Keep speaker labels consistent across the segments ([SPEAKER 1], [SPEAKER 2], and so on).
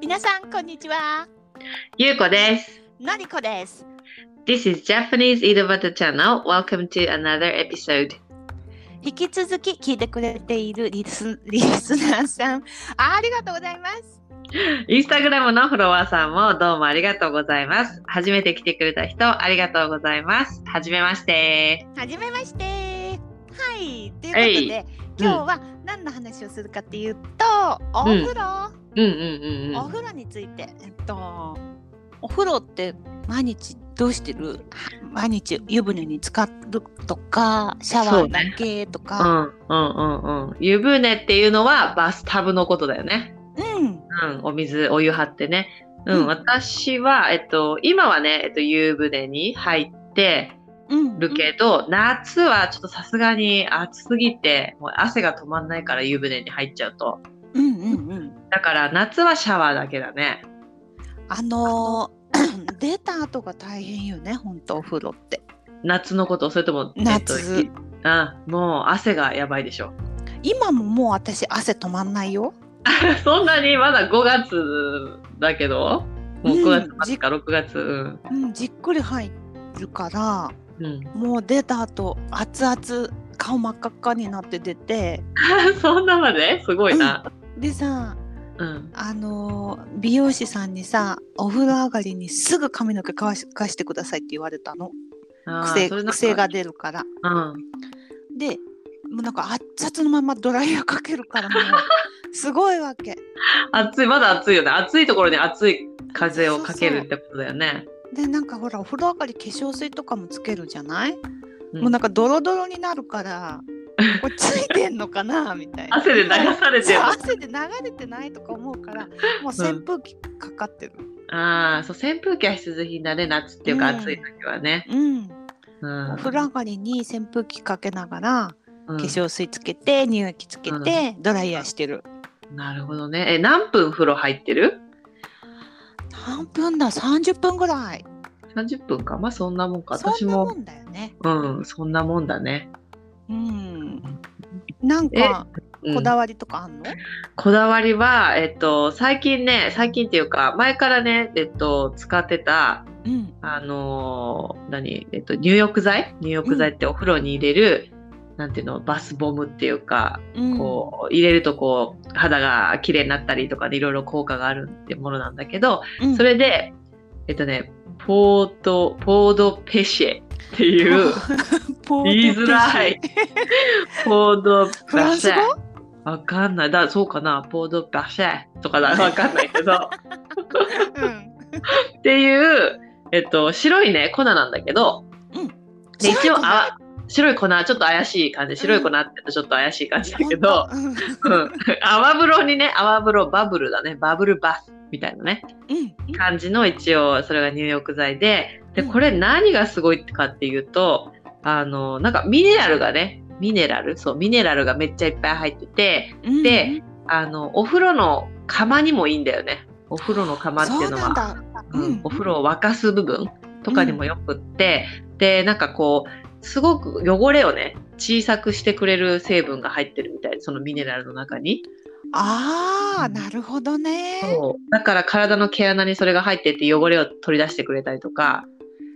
[SPEAKER 1] 皆さんこんにちは。
[SPEAKER 2] ゆうこです。
[SPEAKER 1] のりこです。
[SPEAKER 2] This is Japanese Eat About the Channel. Welcome to another episode.
[SPEAKER 1] 引き続き聞いてくれているリスリスナーさん、ありがとうございます。
[SPEAKER 2] インスタグラムのフォロワーさんもどうもありがとうございます。初めて来てくれた人、ありがとうございます。はじめまして。
[SPEAKER 1] はじめまして。はい、ということで、今日は何の話をするかっていうと、お風呂、
[SPEAKER 2] うんうんうん
[SPEAKER 1] お
[SPEAKER 2] うん。
[SPEAKER 1] 風呂について、えっと、お風呂って毎日どうしてる？毎日湯船に浸かるとか、シャワーだけと
[SPEAKER 2] う
[SPEAKER 1] か、
[SPEAKER 2] んうんうんうん。湯船っていうのはバスタブのことだよね。
[SPEAKER 1] うん、
[SPEAKER 2] うん、お水、お湯張ってね。うん、
[SPEAKER 1] うん
[SPEAKER 2] 私は、えっと、今はね、えっと、湯船に入って
[SPEAKER 1] うん、
[SPEAKER 2] るけど、夏はちょっとさすがに暑すぎて、もう汗が止まんないから湯船に入っちゃうと。
[SPEAKER 1] うんうんうん。
[SPEAKER 2] だから夏はシャワーだけだね。
[SPEAKER 1] あ のー出た後が大変よね、本当お風呂って。
[SPEAKER 2] 夏のこと、それとも、
[SPEAKER 1] 夏
[SPEAKER 2] えっと、うん、もう汗がやばいでしょ。
[SPEAKER 1] 今ももう私汗止まんないよ。
[SPEAKER 2] そんなにまだ5月だけど、もう
[SPEAKER 1] うん
[SPEAKER 2] 5月末か6月。うん。
[SPEAKER 1] うん、じっくり入るから、
[SPEAKER 2] うん、
[SPEAKER 1] もう出た後熱々顔真っ赤っかになって出て、
[SPEAKER 2] そん なまですごいな。
[SPEAKER 1] でさ、
[SPEAKER 2] うん。
[SPEAKER 1] あのー美容師さんにさ、お風呂上がりにすぐ髪の毛乾し乾してくださいって言われたの。
[SPEAKER 2] あー
[SPEAKER 1] 癖
[SPEAKER 2] それなんか
[SPEAKER 1] 癖が出るから。
[SPEAKER 2] うん。
[SPEAKER 1] で、もうなんか熱々のままドライヤーかけるからも うすごいわけ。
[SPEAKER 2] 暑い、まだ暑いよね。暑いところに暑い風をかけるってことだよね。
[SPEAKER 1] でなんかほらお風呂上がり化粧水とかもつけるじゃない、
[SPEAKER 2] うん
[SPEAKER 1] もうなんかドロドロになるからこれついてんのか なみたいな
[SPEAKER 2] 汗で流されてる
[SPEAKER 1] そう。汗で流れてないとか思うからもう扇風機かかってる
[SPEAKER 2] ああ、そう、扇風機は必需品だね。夏っていうか
[SPEAKER 1] うん
[SPEAKER 2] 暑い時はね。
[SPEAKER 1] うん、
[SPEAKER 2] うん。
[SPEAKER 1] お風呂上がりに扇風機かけながら
[SPEAKER 2] うん
[SPEAKER 1] 化粧水つけて乳液つけてドライヤーしてる、
[SPEAKER 2] なるほどね。え、何分風呂入ってる
[SPEAKER 1] 何分だ30分ぐらい
[SPEAKER 2] ?30 分か。まあそんなもんか。
[SPEAKER 1] そ
[SPEAKER 2] 私
[SPEAKER 1] んなも
[SPEAKER 2] も。
[SPEAKER 1] んだよね
[SPEAKER 2] うん、そんなもんだね。
[SPEAKER 1] うんなんか
[SPEAKER 2] うん
[SPEAKER 1] こだわりとかあんの、
[SPEAKER 2] こだわりは、えっと、最近ね、最近っていうか、前からね、えっと、使ってた、
[SPEAKER 1] うん
[SPEAKER 2] あのー何、えっと、入浴剤入浴剤ってお風呂に入れる、なんていうの、バスボムっていうか、
[SPEAKER 1] うん、
[SPEAKER 2] こう、入れるとこう、肌が綺麗になったりとかで、いろいろ効果があるってものなんだけど、
[SPEAKER 1] うん
[SPEAKER 2] それで、えっとね、ポート、ポードペシェっていう、
[SPEAKER 1] ポートペシ
[SPEAKER 2] 言いづらい。ポード
[SPEAKER 1] フランス語
[SPEAKER 2] わかんない。だ、そうかな。ポードバシェとかだ。わかんないけど。
[SPEAKER 1] うん。
[SPEAKER 2] っていう、えっと、白いね、粉なんだけど、で一応あ、白い粉、ちょっと怪しい感じ。白い粉ってちょっと怪しい感じだけど、
[SPEAKER 1] 本当
[SPEAKER 2] うん 泡風呂にね、泡風呂、バブルだね。バブルバスみたいなね。
[SPEAKER 1] うんうん
[SPEAKER 2] 感じの一応それが入浴剤でで
[SPEAKER 1] うん
[SPEAKER 2] これ何がすごいかっていうとあのなんかミネラルがねミネラルそうミネラルがめっちゃいっぱい入ってて
[SPEAKER 1] うん
[SPEAKER 2] であのお風呂の釜にもいいんだよねお風呂の釜ってい
[SPEAKER 1] そうう
[SPEAKER 2] の
[SPEAKER 1] なん
[SPEAKER 2] は
[SPEAKER 1] だ。
[SPEAKER 2] うん
[SPEAKER 1] うん
[SPEAKER 2] お風呂を沸かす部分とかにもよくって、でなんかこうすごく汚れをね小さくしてくれる成分が入ってるみたいそのミネラルの中に。
[SPEAKER 1] ああ、なるほどね。
[SPEAKER 2] そうだから体の毛穴にそれが入ってって汚れを取り出してくれたりとか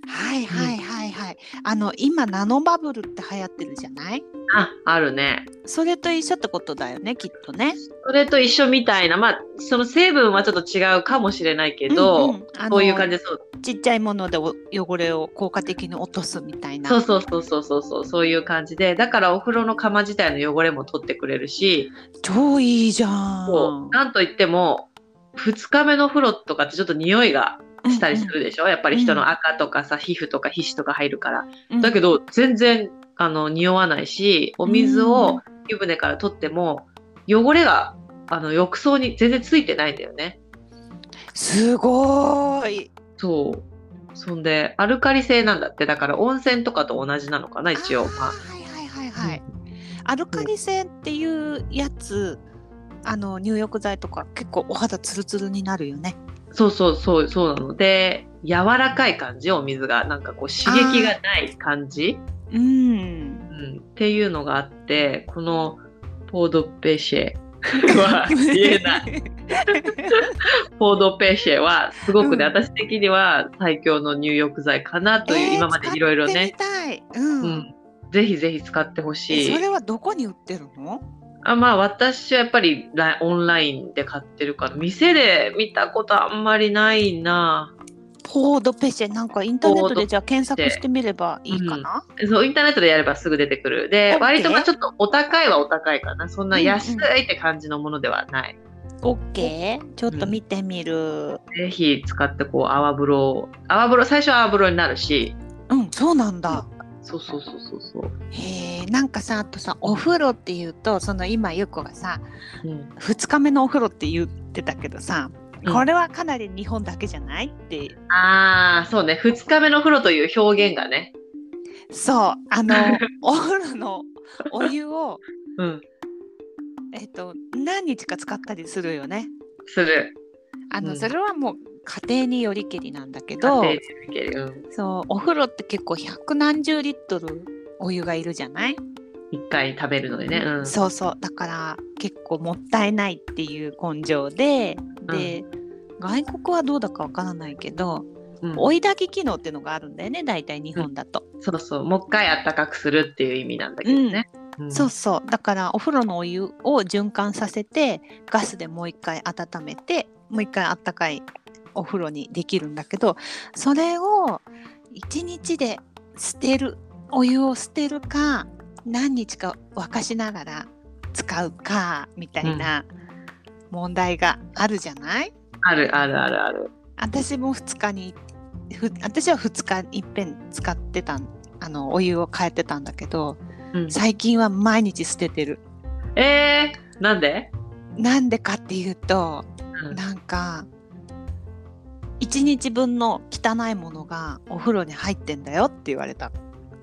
[SPEAKER 1] はいはいはいはい。あの今ナノバブルって流行ってるじゃない？
[SPEAKER 2] ああるね
[SPEAKER 1] それと一緒ってことだよね、きっとね。
[SPEAKER 2] それと一緒みたいなまあその成分はちょっと違うかもしれないけど、
[SPEAKER 1] うんうんあの
[SPEAKER 2] こういう感じでそう
[SPEAKER 1] ちっちゃいものでお汚れを効果的に落とすみたいな。
[SPEAKER 2] そうそうそうそうそうそうそういう感じでだからお風呂の釜自体の汚れも取ってくれるし、
[SPEAKER 1] 超いいじゃん。
[SPEAKER 2] こうなんといっても2日目の風呂とかってちょっと匂いがしたりするでしょ、やっぱり人の赤とかさ皮膚とか皮脂とか入るから、
[SPEAKER 1] うんうん。
[SPEAKER 2] だけ
[SPEAKER 1] ど
[SPEAKER 2] ど全然あの匂わないしお水を湯船から取っても汚れがあの浴槽に全然ついてないんだよね。
[SPEAKER 1] すごーい。
[SPEAKER 2] そう。そんで、アルカリ性なんだって。だから温泉とかと同じなのかな、一応。
[SPEAKER 1] あー
[SPEAKER 2] まあ
[SPEAKER 1] はいはいはいはい。アルカリ性っていうやつ、あの入浴剤とか結構お肌ツルツルになるよね。
[SPEAKER 2] そうそうそう、そうなので、柔らかい感じ、お水が。なんかこう、刺激がない感じ、
[SPEAKER 1] うん。
[SPEAKER 2] うん、っていうのがあって、このポードペシェは 言えない
[SPEAKER 1] い。
[SPEAKER 2] フォードペーシェはすごくね、
[SPEAKER 1] うん
[SPEAKER 2] 私的には最強の入浴剤かなとい
[SPEAKER 1] えー
[SPEAKER 2] う、今までいろいろ
[SPEAKER 1] 使って
[SPEAKER 2] ね
[SPEAKER 1] み、たい。うん。
[SPEAKER 2] うん、ぜひぜひ使ってほし
[SPEAKER 1] えそ
[SPEAKER 2] い
[SPEAKER 1] れはどこに売ってるの？
[SPEAKER 2] あまあ私はやっぱりラインオンラインで買ってるから店で見たことあんまりないな
[SPEAKER 1] フォードペシェなんかインターネット
[SPEAKER 2] フォー
[SPEAKER 1] で
[SPEAKER 2] ド
[SPEAKER 1] じゃあ検索してみればいいかな。
[SPEAKER 2] そうインターネットでやればすぐ出てくるで
[SPEAKER 1] OK
[SPEAKER 2] 割とまあちょっとお高いはお高いかなそんな安い
[SPEAKER 1] うん
[SPEAKER 2] って感じのものではない、
[SPEAKER 1] オッケー。ちょっと見てみる。
[SPEAKER 2] ぜひ使ってこう泡風呂を泡風呂最初は泡風呂になるし
[SPEAKER 1] うん、そうなんだ。
[SPEAKER 2] そうそうそうそうそう、
[SPEAKER 1] へえ、なんかさ、あとさ、お風呂っていうと、その今ゆっこがさ、
[SPEAKER 2] うん
[SPEAKER 1] 2日目のお風呂って言ってたけどさ、
[SPEAKER 2] うん
[SPEAKER 1] これはかなり日本だけじゃないって。
[SPEAKER 2] ああそうね2日目の風呂という表現がね
[SPEAKER 1] そう、あ のお風呂のお湯を
[SPEAKER 2] うん
[SPEAKER 1] えっと何日か使ったりするよね。
[SPEAKER 2] する
[SPEAKER 1] あの、
[SPEAKER 2] うん
[SPEAKER 1] それはもう家庭によりけりなんだけ
[SPEAKER 2] 家
[SPEAKER 1] ど
[SPEAKER 2] 庭でできるうん
[SPEAKER 1] そうお風呂って結構百何十リットルお湯がいるじゃない、
[SPEAKER 2] 一回食べるのでね、うん、
[SPEAKER 1] そうそうだから結構もったいないっていう根性でで、外国はどうだかわからないけど
[SPEAKER 2] うん
[SPEAKER 1] 追い炊き機能っていうのがあるんだよね大体日本だと、
[SPEAKER 2] そうそう、もう一回あったかくするっていう意味なんだけどね。うん
[SPEAKER 1] そうそうだからお風呂のお湯を循環させてガスでもう一回温めてもう一回あったかいお風呂にできるんだけどそれを1日で捨てるお湯を捨てるか何日か沸かしながら使うかみたいな問題があるじゃない、
[SPEAKER 2] あるあるあるある。
[SPEAKER 1] 私も2日にふ私は2日にいっぺん使ってたんあのお湯を変えてたんだけど
[SPEAKER 2] うん
[SPEAKER 1] 最近は毎日捨ててる。
[SPEAKER 2] えー、なんで、
[SPEAKER 1] なんでかっていうと
[SPEAKER 2] うん
[SPEAKER 1] なんか1日分の汚いものがお風呂に入ってんだよって言われた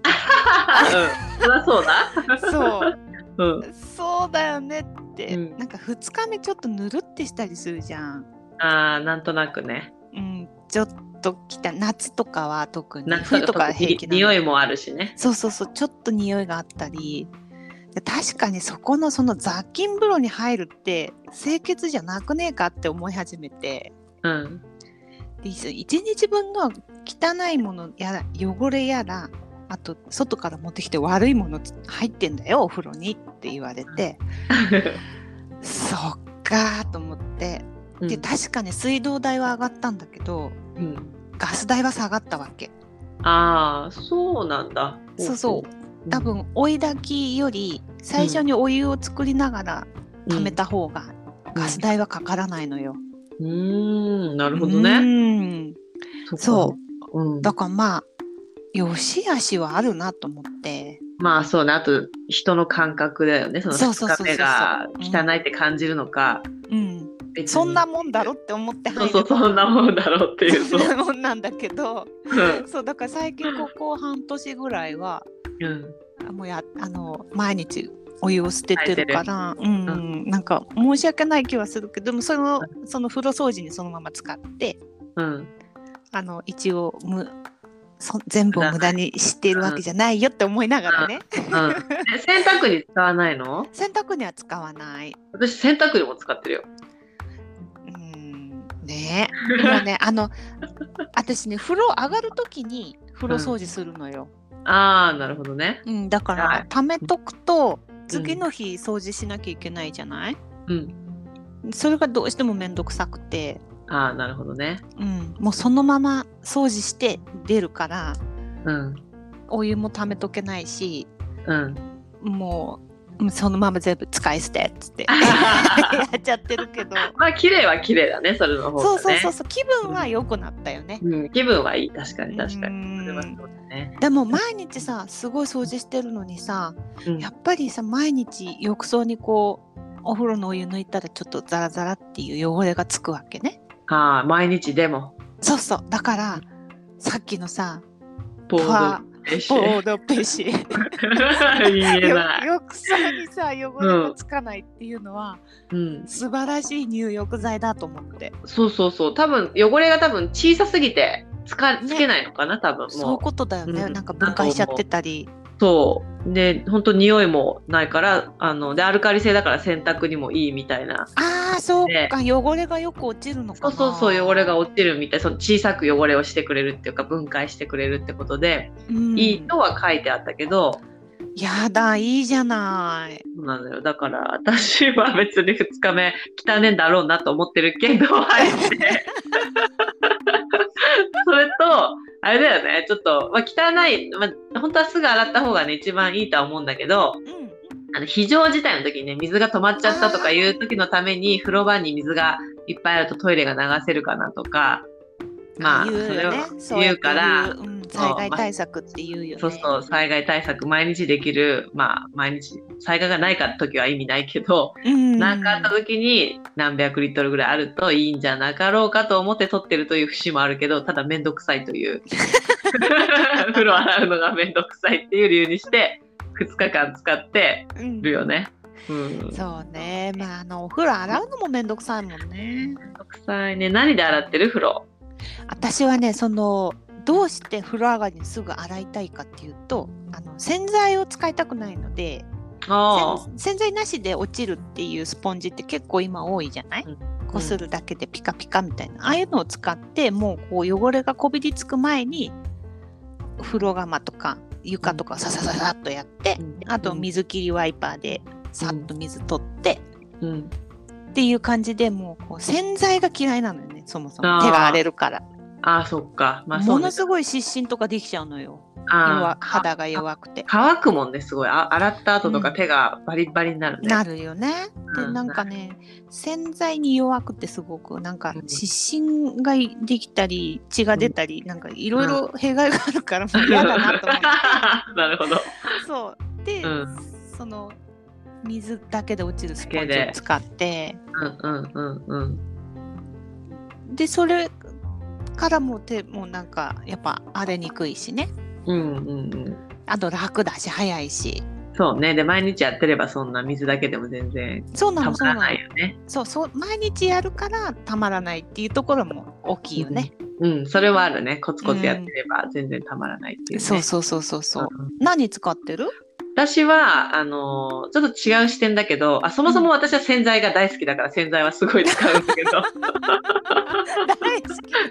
[SPEAKER 2] うん、そりゃそうだ。
[SPEAKER 1] そう
[SPEAKER 2] うん、
[SPEAKER 1] そうだよねって、
[SPEAKER 2] うん
[SPEAKER 1] なんか2日目ちょっとぬるってしたりするじゃん、
[SPEAKER 2] あーなんとなくね。
[SPEAKER 1] うん、ちょっと汚い夏とかは特に
[SPEAKER 2] なん
[SPEAKER 1] 冬とかは平気なの
[SPEAKER 2] 匂いもあるしね。
[SPEAKER 1] そうそうそうちょっと匂いがあったりで確かにそこのその雑菌風呂に入るって清潔じゃなくねえかって思い始めて。
[SPEAKER 2] うん、
[SPEAKER 1] で1日分の汚いものやら汚れやらあと外から持ってきて悪いもの入ってんだよお風呂にって言われて、そっかーと思ってで確かに水道代は上がったんだけど
[SPEAKER 2] うん、
[SPEAKER 1] ガス代は下がったわけ
[SPEAKER 2] ああ、そうなんだ。
[SPEAKER 1] そうそう多分追い炊きより最初にお湯を作りながら
[SPEAKER 2] うん
[SPEAKER 1] 溜めた方がガス代はかからないのよ。
[SPEAKER 2] うん、うーんなるほど
[SPEAKER 1] う
[SPEAKER 2] ね。
[SPEAKER 1] んそ
[SPEAKER 2] うん。うん、
[SPEAKER 1] だからまあよし悪しはあるなと思って。
[SPEAKER 2] まあそうね。あと人の感覚だよね。その
[SPEAKER 1] そうそうそう
[SPEAKER 2] 2
[SPEAKER 1] そ
[SPEAKER 2] 日
[SPEAKER 1] う
[SPEAKER 2] 目が汚いって感じるのか。
[SPEAKER 1] うん
[SPEAKER 2] 別に
[SPEAKER 1] そんなもんだろって思って
[SPEAKER 2] そう
[SPEAKER 1] 入
[SPEAKER 2] そう、そんな
[SPEAKER 1] っ
[SPEAKER 2] もんだろうって
[SPEAKER 1] て
[SPEAKER 2] いう。
[SPEAKER 1] そ
[SPEAKER 2] そ
[SPEAKER 1] ん
[SPEAKER 2] う
[SPEAKER 1] なもんなんだけど
[SPEAKER 2] う ん
[SPEAKER 1] そうだから最近ここ半年ぐらいは
[SPEAKER 2] うん
[SPEAKER 1] あもうやあの毎日お湯を捨ててるからうん、なんか申し訳ない気はするけどでもそのその風呂掃除にそのまま使って
[SPEAKER 2] うん。
[SPEAKER 1] あの一応むそ全部を無駄にしてるわけじゃないよって思いながらね
[SPEAKER 2] うんえ洗濯に使わないの
[SPEAKER 1] 洗濯には使わない。
[SPEAKER 2] 私洗濯にも使ってる よ。
[SPEAKER 1] うんねえもうね あの私ね風呂上がる時に風呂掃除するのよ。
[SPEAKER 2] ああなるほどね。
[SPEAKER 1] うん、だか
[SPEAKER 2] は
[SPEAKER 1] ら
[SPEAKER 2] い
[SPEAKER 1] 貯めとくと次の日掃除しなきゃいけないじゃない、
[SPEAKER 2] うん。
[SPEAKER 1] それがどうしても面倒くさくて、
[SPEAKER 2] ああなるほどね。
[SPEAKER 1] うん、もうそのまま掃除して出るから
[SPEAKER 2] うん
[SPEAKER 1] お湯も貯めとけないし
[SPEAKER 2] うん。
[SPEAKER 1] もううんそのまま全部使い捨てっつって やっちゃってるけど
[SPEAKER 2] まあ綺麗は綺麗だねそれの方がね。
[SPEAKER 1] そうそうそうそう気分は良くなったよね。
[SPEAKER 2] うん気分はいい確かに確か
[SPEAKER 1] う
[SPEAKER 2] に。
[SPEAKER 1] ん
[SPEAKER 2] それはそうだね。
[SPEAKER 1] でも毎日さすごい掃除してるのにさ
[SPEAKER 2] うん
[SPEAKER 1] やっぱりさ毎日浴槽にこうお風呂のお湯抜いたらちょっとザラザラっていう汚れがつくわけね
[SPEAKER 2] ああ毎日でも
[SPEAKER 1] そうそうだからさっきのさ
[SPEAKER 2] ボ
[SPEAKER 1] ファ
[SPEAKER 2] ードでし
[SPEAKER 1] ボ
[SPEAKER 2] ょ。
[SPEAKER 1] ードペシ
[SPEAKER 2] 言え
[SPEAKER 1] よ
[SPEAKER 2] ない。
[SPEAKER 1] 浴槽にさ汚れがつかないっていうのは、
[SPEAKER 2] うん。
[SPEAKER 1] 素晴らしい入浴剤だと思って
[SPEAKER 2] そうそうそう。多分汚れが多分小さすぎてつかつけないのかな多分
[SPEAKER 1] そういう
[SPEAKER 2] も
[SPEAKER 1] ことだよね、
[SPEAKER 2] うん
[SPEAKER 1] なんか分解しちゃってたり
[SPEAKER 2] う。そうで本当匂いもないからあのでアルカリ性だから洗濯にもいいみたいな
[SPEAKER 1] ああそうか、汚れがよく落ちるのか
[SPEAKER 2] そう
[SPEAKER 1] な
[SPEAKER 2] そうそう汚れが落ちるみたいその小さく汚れをしてくれるっていうか分解してくれるってことで、
[SPEAKER 1] うん
[SPEAKER 2] いいとは書いてあったけど
[SPEAKER 1] やだいいじゃない
[SPEAKER 2] そうなのよだから私は別に2日目汚ねえんだろうなと思ってるけ ど入ってそれとあれだよねちょっと、まあ、汚い、まあ、本当はすぐ洗った方がね一番いいとは思うんだけど
[SPEAKER 1] うん
[SPEAKER 2] あの非常事態の時にね水が止まっちゃったとかいう時のために風呂場に水がいっぱいあるとトイレが流せるかなとかまあ
[SPEAKER 1] 言う
[SPEAKER 2] それ
[SPEAKER 1] よね
[SPEAKER 2] を
[SPEAKER 1] そうや
[SPEAKER 2] 言
[SPEAKER 1] っ
[SPEAKER 2] う
[SPEAKER 1] て
[SPEAKER 2] から
[SPEAKER 1] 言ううん、災害対策って言うよね、
[SPEAKER 2] そうそう災害対策毎日できるまあ毎日災害がないか時は意味ないけど
[SPEAKER 1] うん
[SPEAKER 2] 何かあった時に何百リットルぐらいあるといいんじゃなかろうかと思って取ってるという節もあるけどただ面倒くさいという 風呂洗うのが面倒くさいっていう理由にして2日間使って
[SPEAKER 1] うん
[SPEAKER 2] るよね。うん
[SPEAKER 1] そうねまああのお風呂洗うのもめんどくさいもんね
[SPEAKER 2] めんどくさいね。何で洗ってる風呂
[SPEAKER 1] 私はねそのどうして風呂上がりにすぐ洗いたいかっていうとあの洗剤を使いたくないので
[SPEAKER 2] あ
[SPEAKER 1] 洗洗剤なしで落ちるっていうスポンジって結構今多いじゃない
[SPEAKER 2] うん
[SPEAKER 1] こするだけでピカピカみたいなああいうのを使ってもうこう汚れがこびりつく前に風呂釜とか床とかササササっとやってあと、水切りワイパーでさっと水取って
[SPEAKER 2] うん、
[SPEAKER 1] っていう感じでもうこう洗剤が嫌いなのよねそもそも
[SPEAKER 2] あー
[SPEAKER 1] 手が荒れるから、
[SPEAKER 2] ああそっかまあそ
[SPEAKER 1] も
[SPEAKER 2] うね
[SPEAKER 1] のすごい湿疹とかできちゃうのよ弱
[SPEAKER 2] あー
[SPEAKER 1] 肌が弱くて
[SPEAKER 2] 乾くもんねすごいあ洗った後とか
[SPEAKER 1] うん
[SPEAKER 2] 手がバリッバリになるね、
[SPEAKER 1] なるよねで
[SPEAKER 2] うん
[SPEAKER 1] なんかね洗剤に弱くてすごくなんか
[SPEAKER 2] うん
[SPEAKER 1] 湿疹ができたり血が出たりなんかいろいろ弊害があるからもう嫌だなと思って
[SPEAKER 2] なるほど
[SPEAKER 1] そうで、
[SPEAKER 2] うん
[SPEAKER 1] その水だけで落ちるスポンジを使って
[SPEAKER 2] うんうんうんうん
[SPEAKER 1] でそれからもう手もうなんかやっぱ荒れにくいしね
[SPEAKER 2] うんうんうん
[SPEAKER 1] あと楽だし早いし
[SPEAKER 2] そうねで毎日やってればそんな水だけでも全然
[SPEAKER 1] そうな
[SPEAKER 2] た
[SPEAKER 1] の
[SPEAKER 2] ま
[SPEAKER 1] そうな
[SPEAKER 2] ら
[SPEAKER 1] の
[SPEAKER 2] ないよね
[SPEAKER 1] そうそう毎日やるからたまらないっていうところも大きいよね、
[SPEAKER 2] うんそれはあるねコツコツやってれば全然たまらないっていう、ね
[SPEAKER 1] そうそうそうそうそう、
[SPEAKER 2] うん
[SPEAKER 1] 何使ってる
[SPEAKER 2] 私は、あのちょっと違う視点だけど、あ、そもそも私は洗剤が大好きだから洗剤はすごい使うんだけ ど、
[SPEAKER 1] 大好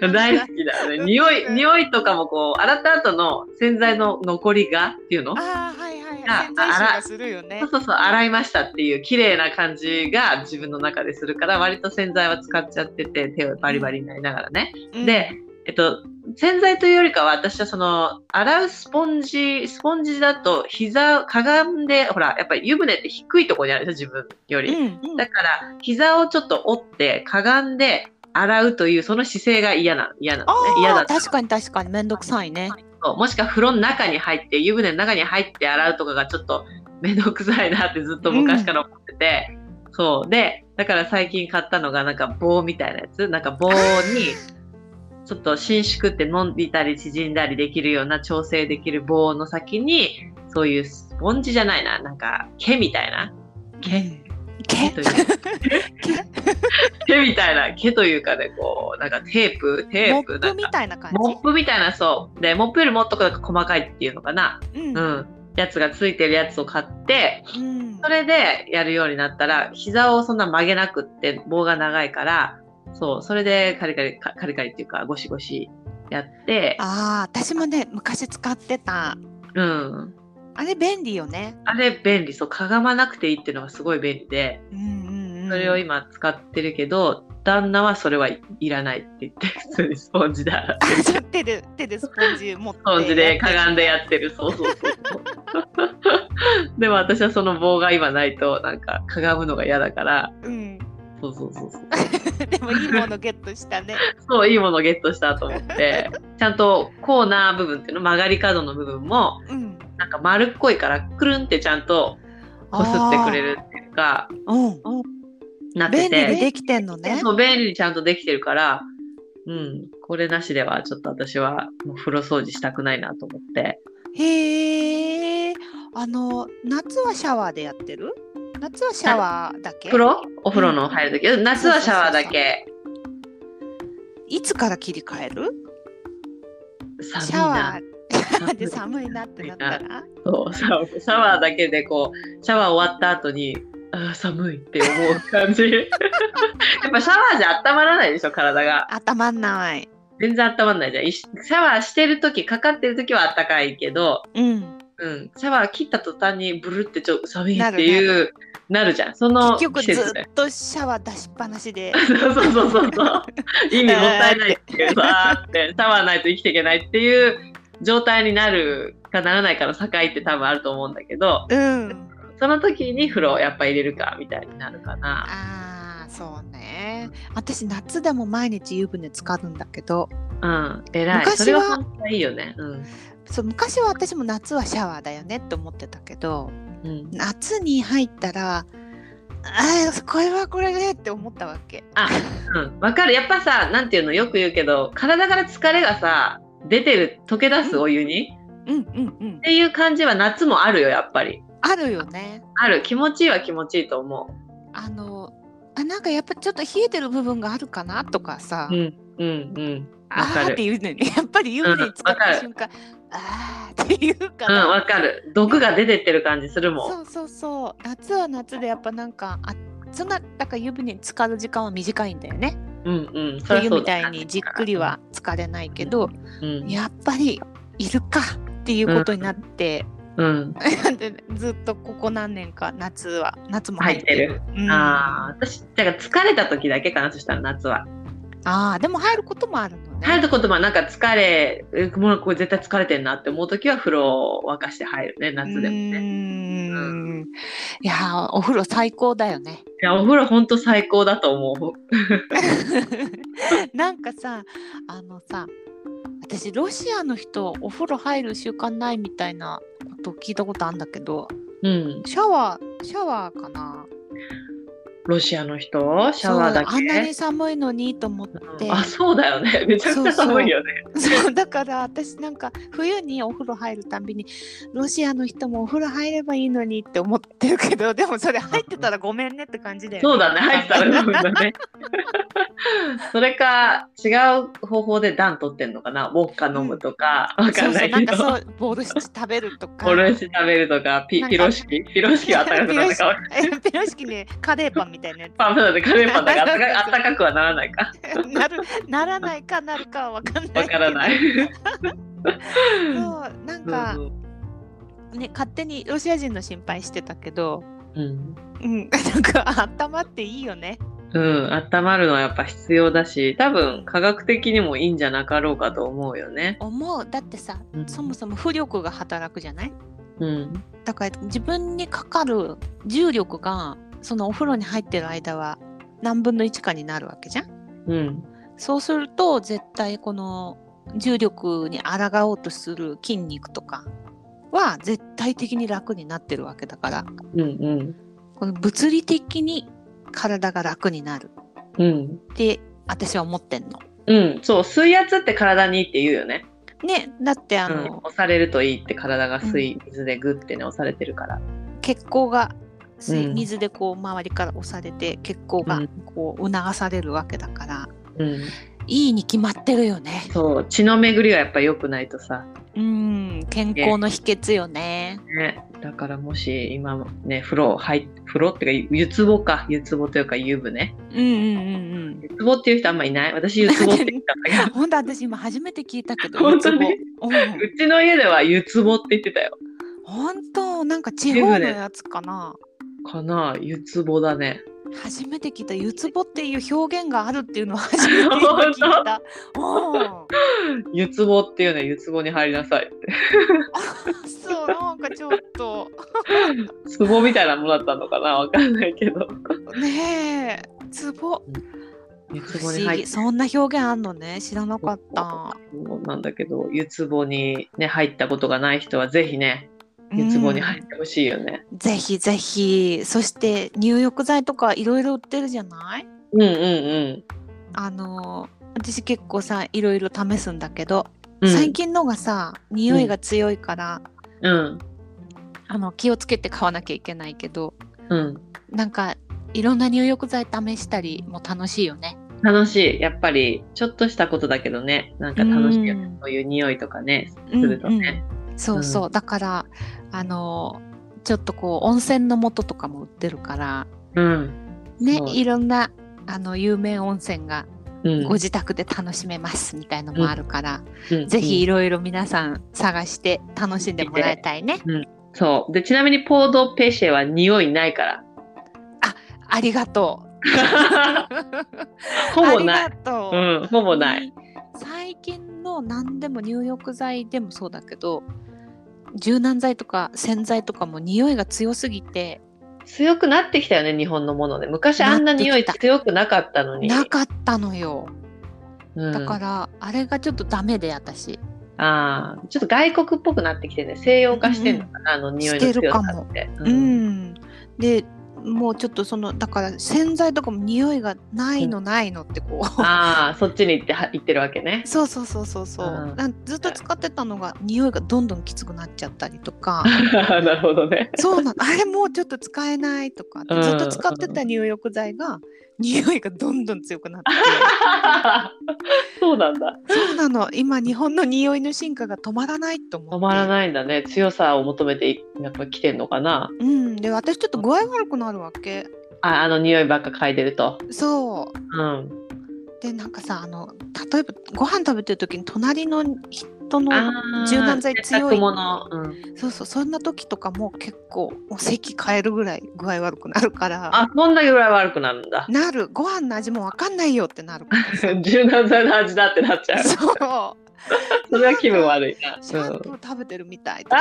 [SPEAKER 1] き
[SPEAKER 2] 大好きだね。匂い、匂いとかもこう、洗った後の洗剤の残りがっていうの
[SPEAKER 1] ああはいはい
[SPEAKER 2] あ
[SPEAKER 1] はい潜在意識がするよね
[SPEAKER 2] そうそうそう、洗いましたっていう綺麗な感じが自分の中でするから、割と洗剤は使っちゃってて、手をバリバリになりながらね。
[SPEAKER 1] うん
[SPEAKER 2] で、えっと、洗剤というよりかは、私はその、洗うスポンジ、スポンジだと、膝、かがんで、ほら、やっぱり湯船って低いところにあるでしょ、自分より。
[SPEAKER 1] うんうん
[SPEAKER 2] だから、膝をちょっと折って、かがんで洗うという、その姿勢が嫌な、嫌なのね。嫌
[SPEAKER 1] あ
[SPEAKER 2] だ
[SPEAKER 1] あ確かに確かにめんどくさいね
[SPEAKER 2] と。もしくは風呂の中に入って、湯船の中に入って洗うとかがちょっと めんどくさいなってずっと昔から思ってて。そう。で、だから最近買ったのが、なんか棒みたいなやつ。なんか 棒に、ちょっと伸縮って飲んでいたり縮んだりできるような調整できる棒の先に、そういうスポンジじゃないな、なんか毛みたいな。
[SPEAKER 1] けけ
[SPEAKER 2] 毛という毛みたいな毛というかねこうなんかテープテ
[SPEAKER 1] モ
[SPEAKER 2] ー
[SPEAKER 1] ッ
[SPEAKER 2] プ
[SPEAKER 1] プ
[SPEAKER 2] なん
[SPEAKER 1] み
[SPEAKER 2] か
[SPEAKER 1] たいな感
[SPEAKER 2] モップみたいなそうでモップよりもっとなんか細かいっていうのかな
[SPEAKER 1] じうん
[SPEAKER 2] う
[SPEAKER 1] うん
[SPEAKER 2] んやつがついてるやつを買って
[SPEAKER 1] うん
[SPEAKER 2] それでやるようになったら膝をそんな曲げなくって棒が長いからそうそれでカリカリカカリカリっていうかゴシゴシやって
[SPEAKER 1] ああ私もね昔使ってた
[SPEAKER 2] うん
[SPEAKER 1] あれ便利よね
[SPEAKER 2] あれ便利そうかがまなくていいっていうのがすごい便利で
[SPEAKER 1] うんうんうん
[SPEAKER 2] それを今使ってるけど旦那はそれはいいらないって言 って普通にスポンジ だ
[SPEAKER 1] あじゃあ手で手でスポンジ持って
[SPEAKER 2] スポンジでかがんでやってる。そうそうそう そう。でも私はその棒が今ないと、なんかかがむのが嫌だから、
[SPEAKER 1] うん
[SPEAKER 2] そうそうそうそう。
[SPEAKER 1] でもいいものゲットしたね
[SPEAKER 2] そう、いいものゲットしたと思って、ちゃんとコーナー部分っていうの、曲がり角の部分も、
[SPEAKER 1] うん
[SPEAKER 2] なんか丸っこいから、くるんってちゃんとこすってくれるっていうか、
[SPEAKER 1] うん
[SPEAKER 2] なって
[SPEAKER 1] 便利
[SPEAKER 2] て。
[SPEAKER 1] でできてんのね
[SPEAKER 2] そう、便利にちゃんとできてるから、うん、これなしではちょっと私はもう風呂掃除したくないなと思って。
[SPEAKER 1] へえ。あの夏はシャワーでやってる？夏はシャワーだけ？
[SPEAKER 2] 風呂お風呂の入るとき、夏はシャワーだけ。
[SPEAKER 1] いつから切り替える？
[SPEAKER 2] 寒い
[SPEAKER 1] シャワ
[SPEAKER 2] な
[SPEAKER 1] ー。で寒いなってなったら
[SPEAKER 2] そうシャワーシャワーだけでこうシャワー終わった後にあー寒いって思う 感じやっぱシャワーじゃ温まらないでしょ体が
[SPEAKER 1] 頭んない。
[SPEAKER 2] 全然温まらないじゃんいシャワーしてる時かかってる時は暖かいけど、
[SPEAKER 1] うん。
[SPEAKER 2] うん、シャワー切った途端にブルってちょっと寒いっていうな
[SPEAKER 1] な
[SPEAKER 2] るじゃんその
[SPEAKER 1] 結局
[SPEAKER 2] 季節
[SPEAKER 1] ず
[SPEAKER 2] で
[SPEAKER 1] っ とシャワー出しっぱなしで。
[SPEAKER 2] そうそうそうそうそう意味もったいないっていうさーってシャワーないと生きていけないっていう状態になるかならないかの境って多分あると思うんだけど
[SPEAKER 1] うん。
[SPEAKER 2] その時に風呂をやっぱ入れるかみたいになるかな。
[SPEAKER 1] ああ、そうね。私夏でも毎日湯船浸かるんだけど、
[SPEAKER 2] うん、偉い。
[SPEAKER 1] 昔は
[SPEAKER 2] それは本当にいいよね。うん。
[SPEAKER 1] そう昔は私も夏はシャワーだよねって思ってたけど、
[SPEAKER 2] うん、
[SPEAKER 1] 夏に入ったら、ああ、これはこれでって思ったわけ。
[SPEAKER 2] あ、うん、わかる。やっぱさ、なんていうの、よく言うけど、体から疲れがさ、出てる、溶け出すお湯に、っ
[SPEAKER 1] うんうんうん。
[SPEAKER 2] ていう感じは夏もあるよ、やっぱり。
[SPEAKER 1] あるよね。
[SPEAKER 2] ある。気持ちいいは気持ちいいと思
[SPEAKER 1] あの、あなんかやっぱちょっと冷えてる部分があるかなとかさ。
[SPEAKER 2] う。うん、うん、うん。わ
[SPEAKER 1] あ
[SPEAKER 2] か
[SPEAKER 1] ーっ
[SPEAKER 2] る
[SPEAKER 1] て。いうのに やっぱり湯船に浸かっ
[SPEAKER 2] うんわか
[SPEAKER 1] た
[SPEAKER 2] る
[SPEAKER 1] 瞬間、あーっていうか
[SPEAKER 2] うん、
[SPEAKER 1] ら、
[SPEAKER 2] わかる。毒が出てってる感じするも
[SPEAKER 1] そ
[SPEAKER 2] ん。
[SPEAKER 1] うそうそう夏は夏でやっぱなんかあそんなだから湯船に浸かる時間は短いんだよね
[SPEAKER 2] うん、うん。そりゃ
[SPEAKER 1] 冬
[SPEAKER 2] そうだ
[SPEAKER 1] みたいにじっくり。は浸かれないけど、
[SPEAKER 2] うん、
[SPEAKER 1] やっぱりいるかっていうことになって、
[SPEAKER 2] うん。
[SPEAKER 1] でずっとここ何年か夏は夏も
[SPEAKER 2] 入
[SPEAKER 1] 入っ
[SPEAKER 2] っ
[SPEAKER 1] ててる
[SPEAKER 2] る。
[SPEAKER 1] うん、あ
[SPEAKER 2] ああ、私、だから疲れた時だけかな、そしたら夏は。
[SPEAKER 1] ーでも入ることもあるのね、
[SPEAKER 2] 入ることもなんか疲れ、うんもうこれ絶対疲れてんなって思う時は風呂を沸かして入るね、夏で
[SPEAKER 1] う
[SPEAKER 2] も
[SPEAKER 1] ー
[SPEAKER 2] ね。
[SPEAKER 1] んいやーお風呂最高だよね
[SPEAKER 2] いや、お風呂ほんと最高だと思う。
[SPEAKER 1] なんかさあのさ私ロシアの人お風呂入る習慣ないみたいなことを聞いたことあるんだけど
[SPEAKER 2] うん。
[SPEAKER 1] シャワーシャワーかな
[SPEAKER 2] ロシアの人シャワーだけ
[SPEAKER 1] そうあんなに寒いのにと思って、
[SPEAKER 2] うんあ、そうだよね。めちゃくちゃ寒いよね。
[SPEAKER 1] そうだから私なんか冬にお風呂入るたんびにロシアの人もお風呂入ればいいのにって思ってるけどでもそれ入ってたらごめんねって感じで
[SPEAKER 2] そうだね。入ってたら寒いんだ ね。それか、違う方法で暖取ってんのかな。ウォッカ飲むとか、わかんな
[SPEAKER 1] そうそう
[SPEAKER 2] いけど。
[SPEAKER 1] なんかそうボールシチ食べるとか
[SPEAKER 2] オレンジ食べるとか、ピ
[SPEAKER 1] なんか
[SPEAKER 2] ピロシキピロシキは暖かくなるかわかんない
[SPEAKER 1] えペロシキねカレーパンみたいなやつ
[SPEAKER 2] パンプだってカレーパンだからあったかあったかくはなら ないか。
[SPEAKER 1] なるならないかなるかは分かんないけど
[SPEAKER 2] わからない。
[SPEAKER 1] そうなんか、ね勝手にロシア人の心配してたけど、
[SPEAKER 2] うん、
[SPEAKER 1] うん、なんかあったまっていいよね
[SPEAKER 2] うん、温まるのはやっぱ必要だし、多分科学的にもいいんじゃなかろうかと思うよね。
[SPEAKER 1] 思うだってさ
[SPEAKER 2] うん
[SPEAKER 1] そもそも浮力が働くじゃない
[SPEAKER 2] うん、
[SPEAKER 1] だから自分にかかる重力がそのお風呂に入ってる間は何分の1かになるわけじゃん
[SPEAKER 2] うん、
[SPEAKER 1] そうすると絶対この重力に抗おうとする筋肉とかは絶対的に楽になってるわけだから
[SPEAKER 2] うん、うん、
[SPEAKER 1] この物理的に体が楽になる
[SPEAKER 2] うん、
[SPEAKER 1] って私は思ってんの。
[SPEAKER 2] うん、そう、水圧って体にいいって言うよね。
[SPEAKER 1] ね、だってあ
[SPEAKER 2] うん、
[SPEAKER 1] の、
[SPEAKER 2] 押されるといいって体が水水でグってね押されてるから。
[SPEAKER 1] 血行が水
[SPEAKER 2] うん
[SPEAKER 1] 水でこう周りから押されて血行
[SPEAKER 2] う
[SPEAKER 1] が
[SPEAKER 2] ん
[SPEAKER 1] こう促されるわけだから、
[SPEAKER 2] うん、
[SPEAKER 1] いいに決まってるよね。
[SPEAKER 2] そう、血の巡りがやっぱ良くないとさ。
[SPEAKER 1] うん、健康の秘訣よね。
[SPEAKER 2] ね、だからもし今もね風呂入っ風呂っていうか湯つぼか湯つぼというか湯船
[SPEAKER 1] うんうんうん
[SPEAKER 2] 湯つぼっていう人あんまいない私湯つぼって言ったんだ
[SPEAKER 1] うん。 本当私今初めて聞いたけど、
[SPEAKER 2] 本当に
[SPEAKER 1] うつぼうん
[SPEAKER 2] けどうちの家では湯つぼって言ってたよ
[SPEAKER 1] 本当なんか地方のやつか な。
[SPEAKER 2] かな湯つぼだね
[SPEAKER 1] 初めて聞いた湯つぼっていう表現があるっていうのは初めて今聞いた。うん
[SPEAKER 2] 湯つぼっていうね湯つぼに入りなさいって
[SPEAKER 1] そうなんかちょっと
[SPEAKER 2] つぼみたいなものだったのかなわかんないけど
[SPEAKER 1] ねえツボ
[SPEAKER 2] 湯
[SPEAKER 1] 不
[SPEAKER 2] つぼ
[SPEAKER 1] 思
[SPEAKER 2] に入っ
[SPEAKER 1] 議
[SPEAKER 2] て
[SPEAKER 1] そんな表現あんのね知らなかった
[SPEAKER 2] そうなんだけど湯つぼにね入ったことがない人はぜひね湯つぼに入ってほしいよね、
[SPEAKER 1] うんぜひぜひそして入浴剤とかいろいろ売ってるじゃない
[SPEAKER 2] うん、うんうん
[SPEAKER 1] あの私結構さいろいろ試すんだけど、
[SPEAKER 2] うん
[SPEAKER 1] 最近のがさ匂いが強いから、
[SPEAKER 2] うん
[SPEAKER 1] あの気をつけて買わなきゃいけないけど
[SPEAKER 2] うん
[SPEAKER 1] なんかいろんな入浴剤試したりも楽しいよね
[SPEAKER 2] 楽しい。やっぱり、ちょっとしたことだけどね、なんか楽しいよね。そういう匂いとかね、す
[SPEAKER 1] うん
[SPEAKER 2] るとね。
[SPEAKER 1] うんそうそう、だからあのちょっとこう温泉の素とかも売ってるから
[SPEAKER 2] うん。
[SPEAKER 1] ね
[SPEAKER 2] そう
[SPEAKER 1] いろんなあの有名温泉が
[SPEAKER 2] うん
[SPEAKER 1] ご自宅で楽しめますみたいのもあるから、
[SPEAKER 2] うん
[SPEAKER 1] ぜひいろいろ皆さん探して楽しんでもらいたいね。
[SPEAKER 2] そう。で、ちなみにポードペシェは匂いな いから。
[SPEAKER 1] ありがとう。
[SPEAKER 2] ほぼ
[SPEAKER 1] あ
[SPEAKER 2] な
[SPEAKER 1] り
[SPEAKER 2] い。
[SPEAKER 1] がとう。
[SPEAKER 2] うん、ほぼない。。
[SPEAKER 1] 最近の何でも入浴剤でもそうだけど柔軟剤とか洗剤とかも匂いが強すぎて
[SPEAKER 2] 強くなってきたよね、日本のもので。昔あんな匂
[SPEAKER 1] な
[SPEAKER 2] い
[SPEAKER 1] ってき
[SPEAKER 2] 強くなかったのに。
[SPEAKER 1] なかったのよ。
[SPEAKER 2] うん
[SPEAKER 1] だから、あれがちょっとダメで私
[SPEAKER 2] ああ、ちょっと外国っぽくなってきてね、西洋化してんのかな、あの匂いの強さって。
[SPEAKER 1] う。ん、でもうちょっとそのだから洗剤とかも匂いがないのないのってこう、。
[SPEAKER 2] ああ、そっちに行っては行ってるわけね
[SPEAKER 1] そうそうそうそうそう、
[SPEAKER 2] うん
[SPEAKER 1] なんずっと使ってたのが匂いがどんどんきつくなっちゃったりとか
[SPEAKER 2] なるほどね。
[SPEAKER 1] そうなのあれもうちょっと使えないとかって
[SPEAKER 2] うん
[SPEAKER 1] ずっと使ってた入浴剤が匂いがどんどん強くなって
[SPEAKER 2] そうなんだ。
[SPEAKER 1] そうなの今日本の匂いの進化が止まらないと思って
[SPEAKER 2] 止まらないんだね。強さを求めていやっぱ来てんのかな。
[SPEAKER 1] うん、で私ちょっと具合悪くなるわけ
[SPEAKER 2] ああの匂いばっか嗅いでると。
[SPEAKER 1] そう
[SPEAKER 2] うん。
[SPEAKER 1] でなんかさあの例えばご飯食べてる時に隣の人の
[SPEAKER 2] あー
[SPEAKER 1] 柔軟剤強い
[SPEAKER 2] 洗濯物。うん、
[SPEAKER 1] そうそうそんな時とかも結構もう席変えるぐらい具合悪くなるから。
[SPEAKER 2] あ、こんだけぐらい悪くなるんだ
[SPEAKER 1] なるご飯の味も分かんないよってなるからさ
[SPEAKER 2] 柔軟剤の味だってなっちゃう。
[SPEAKER 1] そう
[SPEAKER 2] それは気分悪いな。
[SPEAKER 1] シャンプ
[SPEAKER 2] うん
[SPEAKER 1] ー食べてるみたいとか
[SPEAKER 2] あ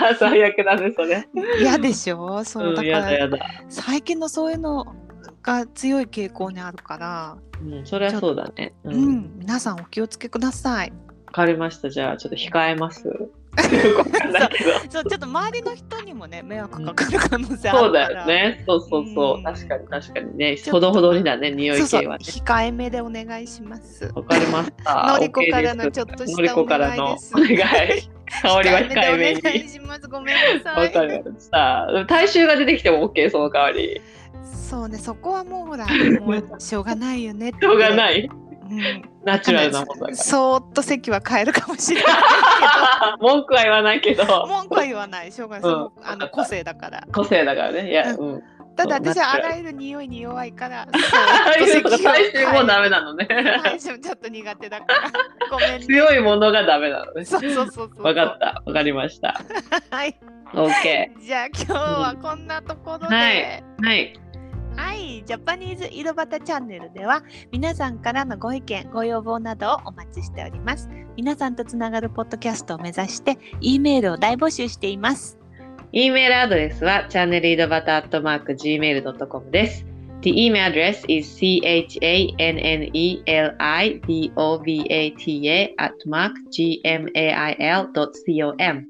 [SPEAKER 2] はは 最悪だね、それ。、
[SPEAKER 1] 嫌でしょそううんだか
[SPEAKER 2] やだ
[SPEAKER 1] ら
[SPEAKER 2] やだ。
[SPEAKER 1] 最近のそういうのが強い傾向にあるから、
[SPEAKER 2] うん、それはそうだね。う
[SPEAKER 1] うん
[SPEAKER 2] ん、わ
[SPEAKER 1] 皆さんお気をつけください。
[SPEAKER 2] かりました。じゃあ、ちょっと控え ます。よくわかんないけど。
[SPEAKER 1] そうちょっと周りの人にもね迷惑かかる可能性あ
[SPEAKER 2] そう
[SPEAKER 1] るから、
[SPEAKER 2] だよね。そうそうそうう。
[SPEAKER 1] ん
[SPEAKER 2] 確かに確かにね
[SPEAKER 1] ちょ。っと
[SPEAKER 2] ほどほどにだね、匂
[SPEAKER 1] そ
[SPEAKER 2] いう
[SPEAKER 1] そう
[SPEAKER 2] 系はね。
[SPEAKER 1] 控えめでお願いします。
[SPEAKER 2] わかりました。
[SPEAKER 1] のりこからの
[SPEAKER 2] OK で
[SPEAKER 1] ちょっと
[SPEAKER 2] す
[SPEAKER 1] し
[SPEAKER 2] のり
[SPEAKER 1] たお
[SPEAKER 2] こか
[SPEAKER 1] 願
[SPEAKER 2] ら
[SPEAKER 1] い
[SPEAKER 2] の
[SPEAKER 1] で
[SPEAKER 2] お
[SPEAKER 1] す。
[SPEAKER 2] 願い。香りは控えめ
[SPEAKER 1] お願い
[SPEAKER 2] に。
[SPEAKER 1] します。ごめんなさ
[SPEAKER 2] わか
[SPEAKER 1] い。
[SPEAKER 2] りました。体臭が出てきても OK、その代わり。
[SPEAKER 1] そうね、そこはもうほら、もうしょうがないよねって。
[SPEAKER 2] しょうがない。
[SPEAKER 1] うん。
[SPEAKER 2] ナチュラルなものだか
[SPEAKER 1] そーっと席は変えるかもしれない
[SPEAKER 2] ら。文句は言わないけど。
[SPEAKER 1] けど、文句は言わない。しょうがない。その
[SPEAKER 2] うん
[SPEAKER 1] あの個性だから。
[SPEAKER 2] 個性だからね。いや、
[SPEAKER 1] う
[SPEAKER 2] うん。
[SPEAKER 1] ただ私はあ
[SPEAKER 2] ナチュラル
[SPEAKER 1] らゆる匂いに弱いから、
[SPEAKER 2] あいうのが最終もうダ
[SPEAKER 1] メ。
[SPEAKER 2] メなのね。
[SPEAKER 1] 最初ちょっと苦手だから。ごめんね。
[SPEAKER 2] 強いものがダメなのね。
[SPEAKER 1] そうそうそうそう。
[SPEAKER 2] わかった。わかりました。
[SPEAKER 1] た。はい。
[SPEAKER 2] OK。
[SPEAKER 1] じゃあ今日はこんなところで、
[SPEAKER 2] はいはい。
[SPEAKER 1] はい、ジャパニーズ井戸端チャンネルでは皆さんからのご意見、ご要望などをお待ちしております。皆さんとつながるポッドキャストを目指して、E メールを大募集しています。
[SPEAKER 2] E メールアドレスはチャンネルイドバタアットマーク Gmail.com です。The email address is chanelidobata at mark gmail.com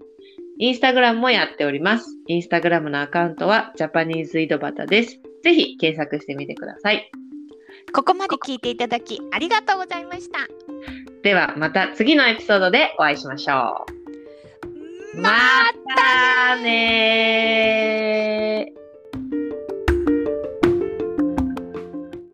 [SPEAKER 2] インスタグラムもやっております。インスタグラムのアカウントはジャパニーズ井戸端です。ぜひ検索してみてください。
[SPEAKER 1] ここまで聞いていただきありがとうございました。
[SPEAKER 2] ではまた次のエピソードでお会いしましょう。
[SPEAKER 1] ま
[SPEAKER 2] またねー